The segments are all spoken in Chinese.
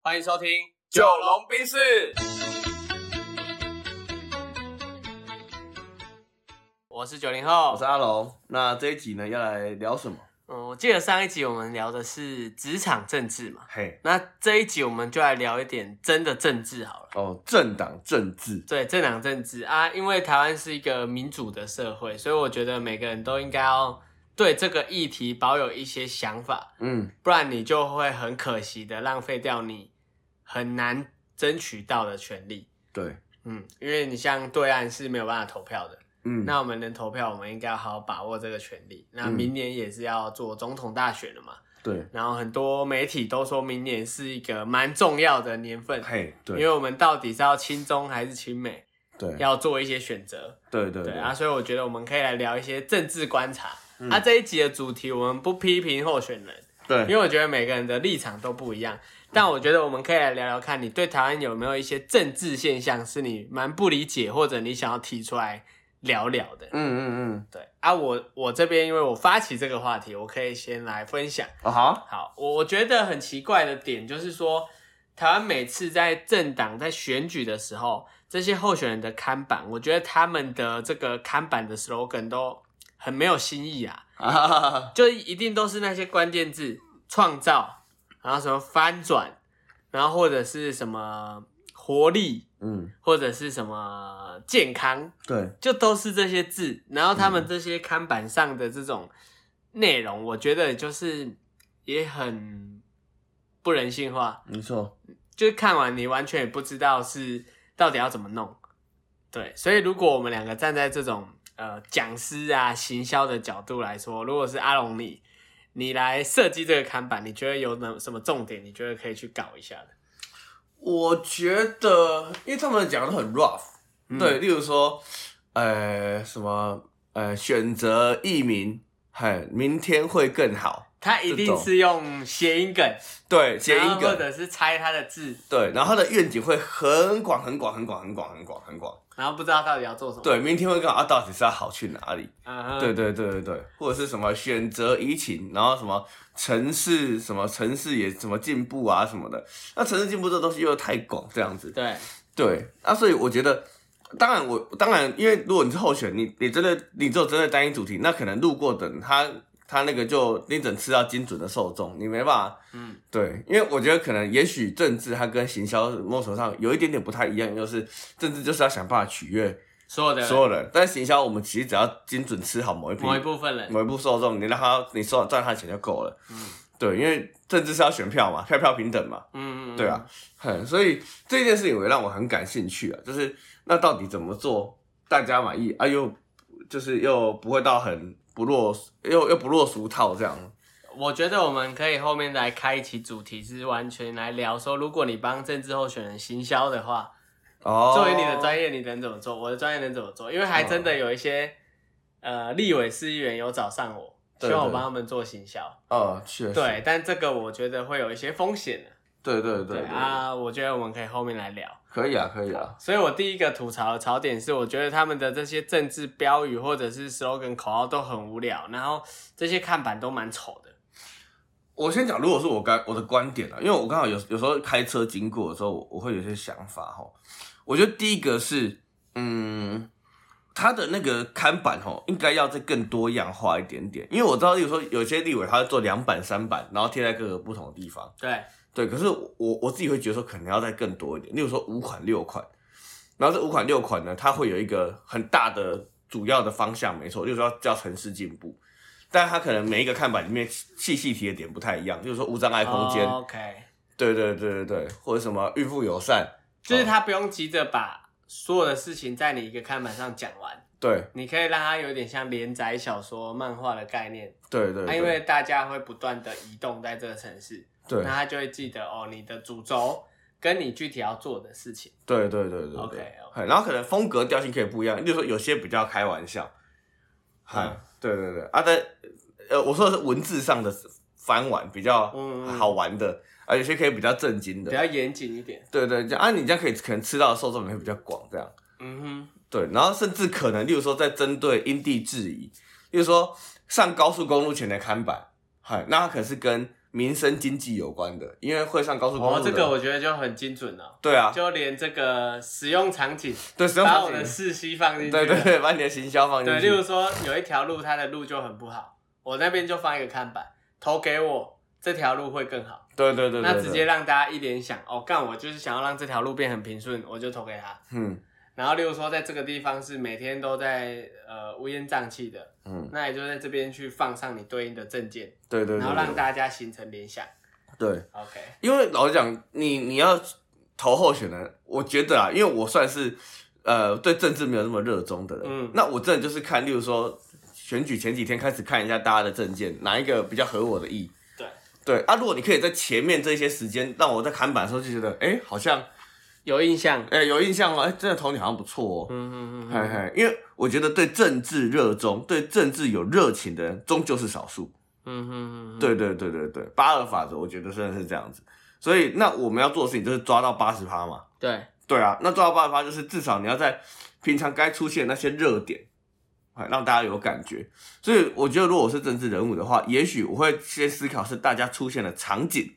欢迎收听《九龙冰室。我是九零后我是。阿龙。那这一集呢，要来聊什么？嗯，我记得上一集我们聊的是职场政治嘛，嘿，那这一集我们就来聊一点真的政治好了。哦，政党政治。对，政党政治啊，因为台湾是一个民主的社会，所以我觉得每个人都应该要对这个议题保有一些想法，嗯，不然你就会很可惜的浪费掉你很难争取到的权利。对，嗯，因为你像对岸是没有办法投票的，嗯，那我们能投票，我们应该要好好把握这个权利。那嗯明年也是要做总统大选了嘛，对，然后很多媒体都说明年是一个蛮重要的年份，嘿，因对为，我们到底是要亲中还是亲美，对，要做一些选择。对对对对嗯啊，，所以我觉得我们可以来聊一些政治观察。啊，这一集的主题我们不批评候选人，因为对，我觉得每个人的立场都不一样。但我觉得我们可以来聊聊看，你对台湾有没有一些政治现象是你蛮不理解，或者你想要提出来聊聊的嗯？嗯嗯，对啊，我我这边因为我发起这个话题，我可以先来分享。啊哈，好，我我觉得很奇怪的点就是说，台湾每次在政党在选举的时候，这些候选人的看板，我觉得他们的这个看板的 slogan 都很没有新意啊，啊哈哈哈，就一定都是那些关键字创造，然后什么翻转，然后或者是什么活力， 嗯，或者是什么健康，对，就都是这些字，然后他们这些看板上的这种内容，我觉得就是也很不人性化，没错，就是看完你完全也不知道是到底要怎么弄。对，所以如果我们两个站在这种呃讲师啊、行销的角度来说，如果是阿龙你，你来设计这个看板，你觉得有哪什么重点？你觉得可以去搞一下的？我觉得，因为他们讲的很 rough，、嗯对，例如说，呃，什么，呃，选择移民，嘿，明天会更好，他一这定种是用谐音梗，啊对，谐然音后或梗，者是拆他的字，对，然后他的愿景会很广很广很广很广很广很广，然后不知道到底要做什么。对，明天会更好，啊，到底是要好去哪里？嗯哼，对对对对对，或者是什么选择移情，然后什么城市什么城市也什么进步啊什么的，那城市进步这东西又太广这样子，对，对，那所以我觉得，当然我当然，因为如果你是候选，你你真的你只有针对单一主题，那可能路过的人他他那个就你只能吃到精准的受众，你没办法，嗯，对，因为我觉得可能也许政治它跟行销某种程度上有一点点不太一样，就是政治就是要想办法取悦所有的所有人，但是行销我们其实只要精准吃好某一批某一部分人，某一部受众，你让他你收赚他的钱就够了。嗯，对，因为政治是要选票嘛，票票平等嘛，嗯，嗯对啊，，很所以这件事情也让我很感兴趣啊，就是那到底怎么做大家满意啊，又就是又不会到很不落又又不落俗套这样。我觉得我们可以后面来开一期主题，是完全来聊说，如果你帮政治候选人行销的话，哦作为你的专业，你能怎么做？我的专业能怎么做？因为还真的有一些呃立委、市议员有找上我，对希望我对帮他们做行销，哦，确实，对，但这个我觉得会有一些风险的，对对对对，啊，我觉得我们可以后面来聊。可以啊，可以啊，所以我第一个吐槽的槽点是，我觉得他们的这些政治标语或者是 slogan 口号都很无聊，然后这些看板都蛮丑的。我先讲，如果是我刚我的观点啊，因为我刚好有有时候开车经过的时候，我我会有些想法吼。我觉得第一个是，嗯，它的那个看板吼，应该要再更多样化一点点，因为我知道，例如说有些立委他会做两版、三版，然后贴在各个不同的地方。对，对，可是我我我自己会觉得说，可能要再更多一点，例如说五款、六款，然后这五款、六款呢，它会有一个很大的主要的方向，没错，就是说叫城市进步，但它可能每一个看板里面细细提的点不太一样，就是说无障碍空间， o k 对对对对对，或者什么孕妇友善，就是他不用急着把所有的事情在你一个看板上讲完，对你可以让它有点像连载小说、漫画的概念，对对啊对，因为大家会不断的移动在这个城市，对那他就会记得哦，你的主轴跟你具体要做的事情。对对对对对 OK，OK 嘿然后可能风格调性可以不一样，例如说有些比较开玩笑，嗨、嗯对对对，啊，但呃，我说的是文字上的翻玩比较嗯嗯好玩的，啊，有些可以比较震惊比的，较严谨一点，对对，这样啊，你这样可以可能吃到的受众也会比较广，这样嗯对，然后甚至可能，例如说在针对因地制宜，例如说上高速公路前的看板，嗨，那它可是跟民生经济有关的，因为会上高速公路哦，的。这个我觉得就很精准了，对啊，就连这个使用场景，对，使用把场我的景，视息放进去，对对对，把你的行销放进对，去。例如说有一条路，它的路就很不好，我那边就放一个看板，投给我，这条路会更好。对对对对，那对直接，让大家一联想，哦，干我就是想要让这条路变很平顺，我就投给他。嗯然后，例如说在这个地方是每天都在呃乌烟瘴气的，嗯，那也就在这边去放上你对应的证件，对对对，然后让对大家形成联想。对， OK，因为老实讲，你你要投候选人，我觉得啊，因为我算是呃对政治没有那么热衷的人，嗯那我真的就是看，例如说选举前几天开始看一下大家的证件，哪一个比较合我的意。对对啊，如果你可以在前面这些时间让我在看板的时候就觉得，哎、好像有印象。哎、有印象哦，哎、真的投你好像不错哦。嗯嗯嗯嘿嘿，因为我觉得对政治热衷、对政治有热情的人，终究是少数。嗯嗯嗯，对对对对对，八二法则，我觉得真的是这样子。所以，那我们要做的事情就是抓到八十趴嘛。对，对啊，那抓到八十趴就是至少你要在平常该出现的那些热点，哎，让大家有感觉。所以，我觉得如果我是政治人物的话，也许我会先思考是大家出现的场景。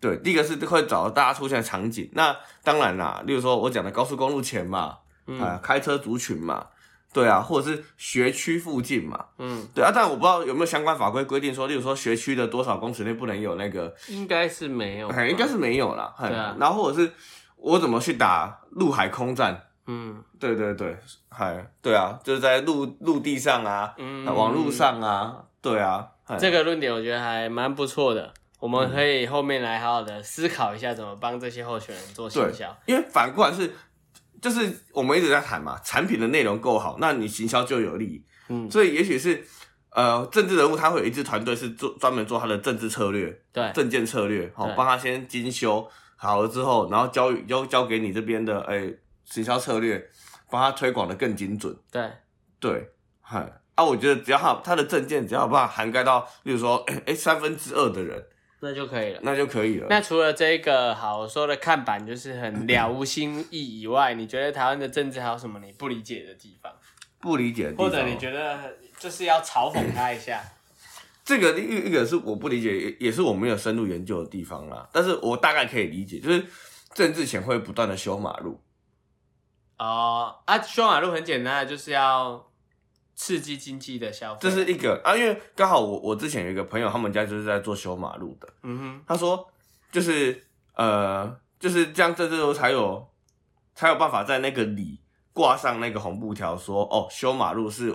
对，第一个是会找大家出现的场景。那当然啦，例如说我讲的高速公路前嘛，啊、嗯开车族群嘛，对啊，或者是学区附近嘛，嗯，对啊，但我不知道有没有相关法规规定说，例如说学区的多少公尺内不能有那个，应该是没有吧，哎，应该是没有啦。哎对啊然后或者是我怎么去打陆海空战？嗯对对对，嗨，对啊，就是在陆陆地上啊，嗯，网络上啊，对啊，嗨这个论点我觉得还蛮不错的，我嗯们可以后面来好好的思考一下怎么帮这些候选人做行销。因为反过来是，就是我们一直在谈嘛，产品的内容够好，那你行销就有利益。嗯，所以也许是，呃，政治人物他会有一支团队是做专门做他的政治策略，对，证件策略，好、哎对帮他先精修好了之后，然后交交交给你这边的哎、行销策略，帮他推广的更精准。对，对，嗨，啊，我觉得只要他他的证件只要把它涵盖到，例如说哎、三分之二的人，那就可以了。那就可以了。那除了这个好我说的看板就是很了无新意以外，你觉得台湾的政治还有什么你不理解的地方，不理解的地或方哦，者你觉得就是要嘲讽他一下？这个一一个是我不理解，也也是我没有深入研究的地方啦。但是我大概可以理解，就是政治前会不断的修马路，哦，啊，修马路很简单的，就是要刺激经济的消费。这是一个啊，因为刚好我我之前有一个朋友，他们家就是在做修马路的。嗯他说就是呃，就是这样，这这才有才有办法在那个里挂上那个红布条说，哦，修马路是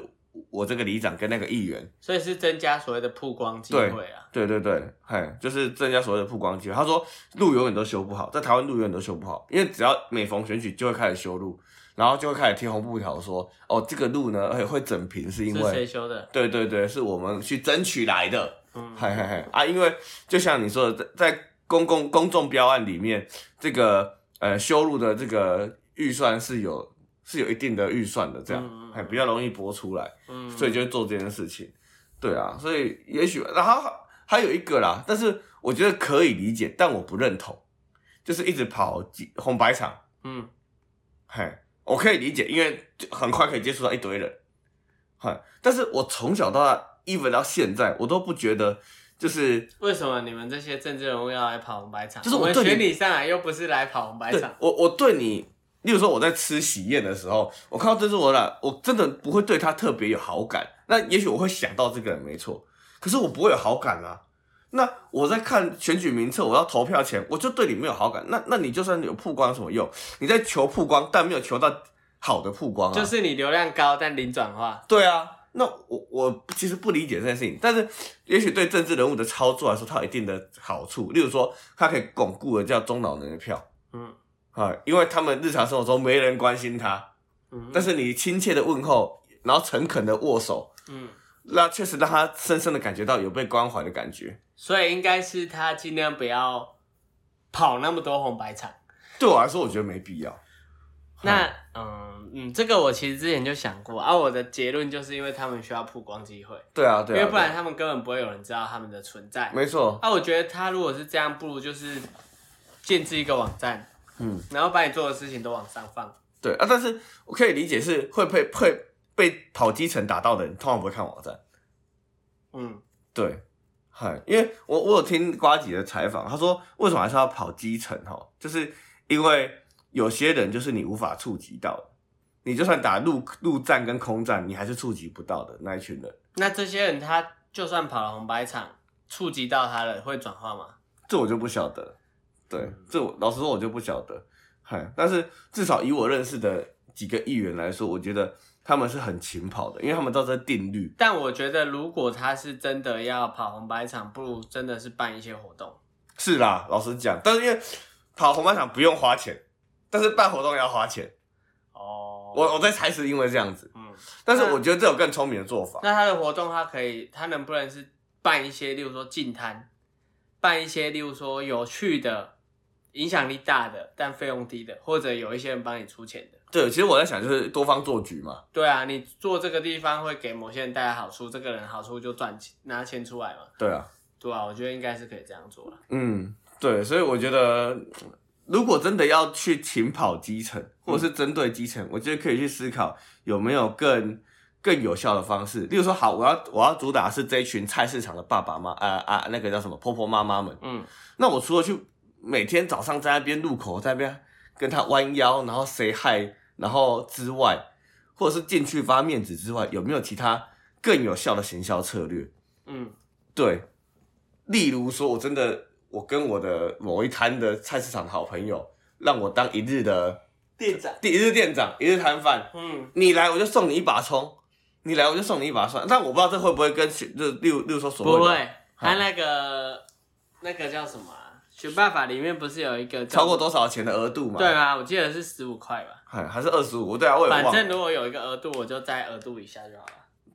我这个里长跟那个议员，哼，所以是增加所谓的曝光机会啊。对对对，嘿，就是增加所谓的曝光机会。他说路永远都修不好，在台湾路永远都修不好，因为只要每逢选举就会开始修路，然后就会开始贴红布条说，哦，这个路呢，哎，会整平是因是谁为。修的？对对对，是我们去争取来的。嗯，嗨嗨嗨啊！因为就像你说的，在在公共公众标案里面，这个呃修路的这个预算是有是有一定的预算的，这嗯嗯样嗯还比较容易拨出来，嗯，所以就会做这件事情。对啊，所以也许然后还有一个啦，但是我觉得可以理解，但我不认同，就是一直跑几红白场，嗯，嘿，我可以理解，因为就很快可以接触到一堆人，嘿，但是我从小到大，even 到现在，我都不觉得就是。为什么你们这些政治人物要来跑红白场？就是我我们对你选你上来又不是来跑红白对场。我我对你，例如说我在吃喜宴的时候，我看到珍珠罗兰，我真的不会对他特别有好感。那也许我会想到这个人没错，可是我不会有好感啊。那我在看选举名册，我要投票前，我就对你没有好感。那那你就算有曝光有什么用？你在求曝光，但没有求到好的曝光啊。就是你流量高，但零转化。对啊，那我我其实不理解这件事情，但是也许对政治人物的操作来说，它有一定的好处，例如说，它可以巩固了叫中老年的票，嗯啊，因为他们日常生活中没人关心他，嗯，但是你亲切的问候，然后诚恳的握手，嗯，那确实让他深深的感觉到有被关怀的感觉。所以应该是他尽量不要跑那么多红白场。对我来说，我觉得没必要。那嗯嗯，这个我其实之前就想过啊，我的结论就是因为他们需要曝光机会，对啊，因对啊，为不然对他们根本不会有人知道他们的存在啊。没错，啊，我觉得他如果是这样，不如就是建制一个网站，嗯，然后把你做的事情都往上放。对啊，但是我可以理解是会被会被跑基层打到的人，通常不会看网站。嗯，对，嗨，因为我我有听瓜姐的采访，她说为什么还是要跑基层哈，就是因为有些人就是你无法触及到的，你就算打陆陆战跟空战，你还是触及不到的那一群人。那这些人他就算跑了红白场，触及到他了，会转化吗？这我就不晓得，对，这我老实说我就不晓得。嗨，但是至少以我认识的几个议员来说，我觉得他们是很勤跑的，因为他们知道这定律。但我觉得，如果他是真的要跑红白场，不如真的是办一些活动。是啦，老实讲，但是因为跑红白场不用花钱，但是办活动要花钱。哦我我在猜是因为这样子，嗯，但是我觉得这有更聪明的做法。那他的活动，他可以，他能不能是办一些，例如说进摊，办一些，例如说有趣的、影响力大的，但费用低的，或者有一些人帮你出钱的。对，其实我在想就是多方做局嘛。对啊，你做这个地方会给某些人带来好处，这个人好处就赚钱拿钱出来嘛。对啊，对啊，我觉得应该是可以这样做了。嗯，对，所以我觉得如果真的要去勤跑基层，或者是针对基层，我觉得可以去思考有没有更更有效的方式。例如说，好，我要我要主打是这一群菜市场的爸爸妈啊啊，那个叫什么婆婆妈妈们。嗯，那我除了去每天早上在那边路口在那边跟他弯腰，然后 say hi，然后之外，或者是进去发面子之外，有没有其他更有效的行销策略？嗯，对，例如说，我真的我跟我的某一摊的菜市场的好朋友，让我当一日的店长，第一日店长，一日摊贩，嗯，你来我就送你一把葱，你来我就送你一把蒜。但我不知道这会不会跟学，就例如例如说所谓的不会，他那个那个叫什么、啊？选办法里面不是有一个叫超过多少钱的额度嘛？对，吗？我记得是十五块吧。还还是二十五，对啊，我也忘反了。正如果有一个额度，我就在额度以下就好了。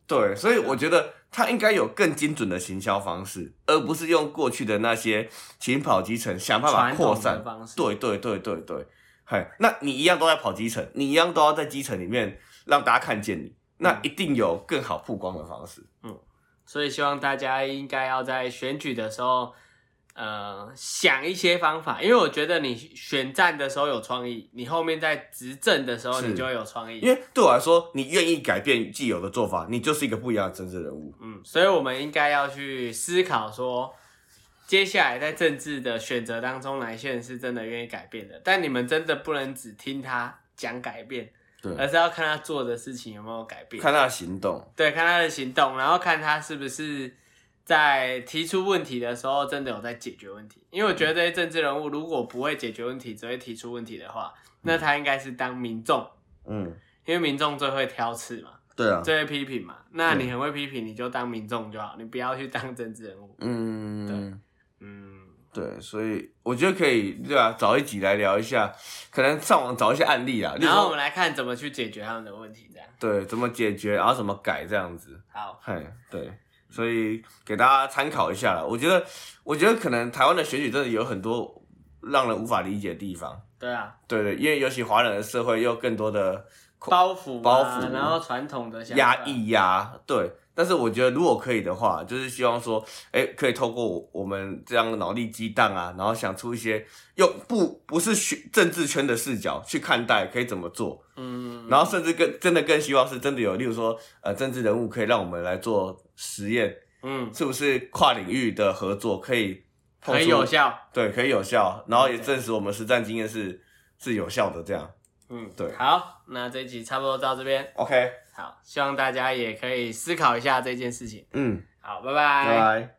对，所啊以我觉得他应该有更精准的行销方式，而不是用过去的那些勤跑基层想办法传扩统的散。方式，对对对对对，嘿，那你一样都在跑基层，你一样都要在基层里面让大家看见你，那一定有更好曝光的方式。嗯所以希望大家应该要在选举的时候，呃，想一些方法，因为我觉得你选战的时候有创意，你后面在执政的时候是你就会有创意因。为对我来说，你愿意改变既有的做法，你就是一个不一样的政治人物。嗯，所以我们应该要去思考说，接下来在政治的选择当中，哪一些人是真的愿意改变的？但你们真的不能只听他讲改变，对而是要看他做的事情有没有改变。哎看他的行动，对，看他的行动，然后看他是不是在提出问题的时候真的有在解决问题。因为我觉得这些政治人物如果不会解决问题，只会提出问题的话，那他应该是当民众，嗯，因为民众最会挑刺嘛，对啊，最会批评嘛。那对你很会批评，你就当民众就好，你不要去当政治人物。嗯，嗯，对，所以我觉得可以，对啊，找一集来聊一下，可能上网找一些案例啊，例如嗯然后我说们来看怎么去解决他们的问题，这样对怎么解决，然后怎么改这样子。好。嗨，对，所以给大家参考一下啦。我觉得，我觉得可能台湾的选举真的有很多让人无法理解的地方。对啊，对对，因为尤其华人的社会又更多的包袱、啊、包袱然后传统的想法压，抑呀、对。但是我觉得，如果可以的话，就是希望说，哎、可以透过我我们这样脑力激荡啊，然后想出一些用不不是选政治圈的视角去看待，可以怎么做，嗯，然后甚至更真的更希望是真的有，例如说，呃，政治人物可以让我们来做实验，嗯，是不是跨领域的合作可以碰出很有，效，对，可以有效，然后也对证实我们实战经验是是有效的。这样嗯，对好，那这一集差不多到这边。 ，OK，好，希望大家也可以思考一下这件事情。嗯，好，拜拜。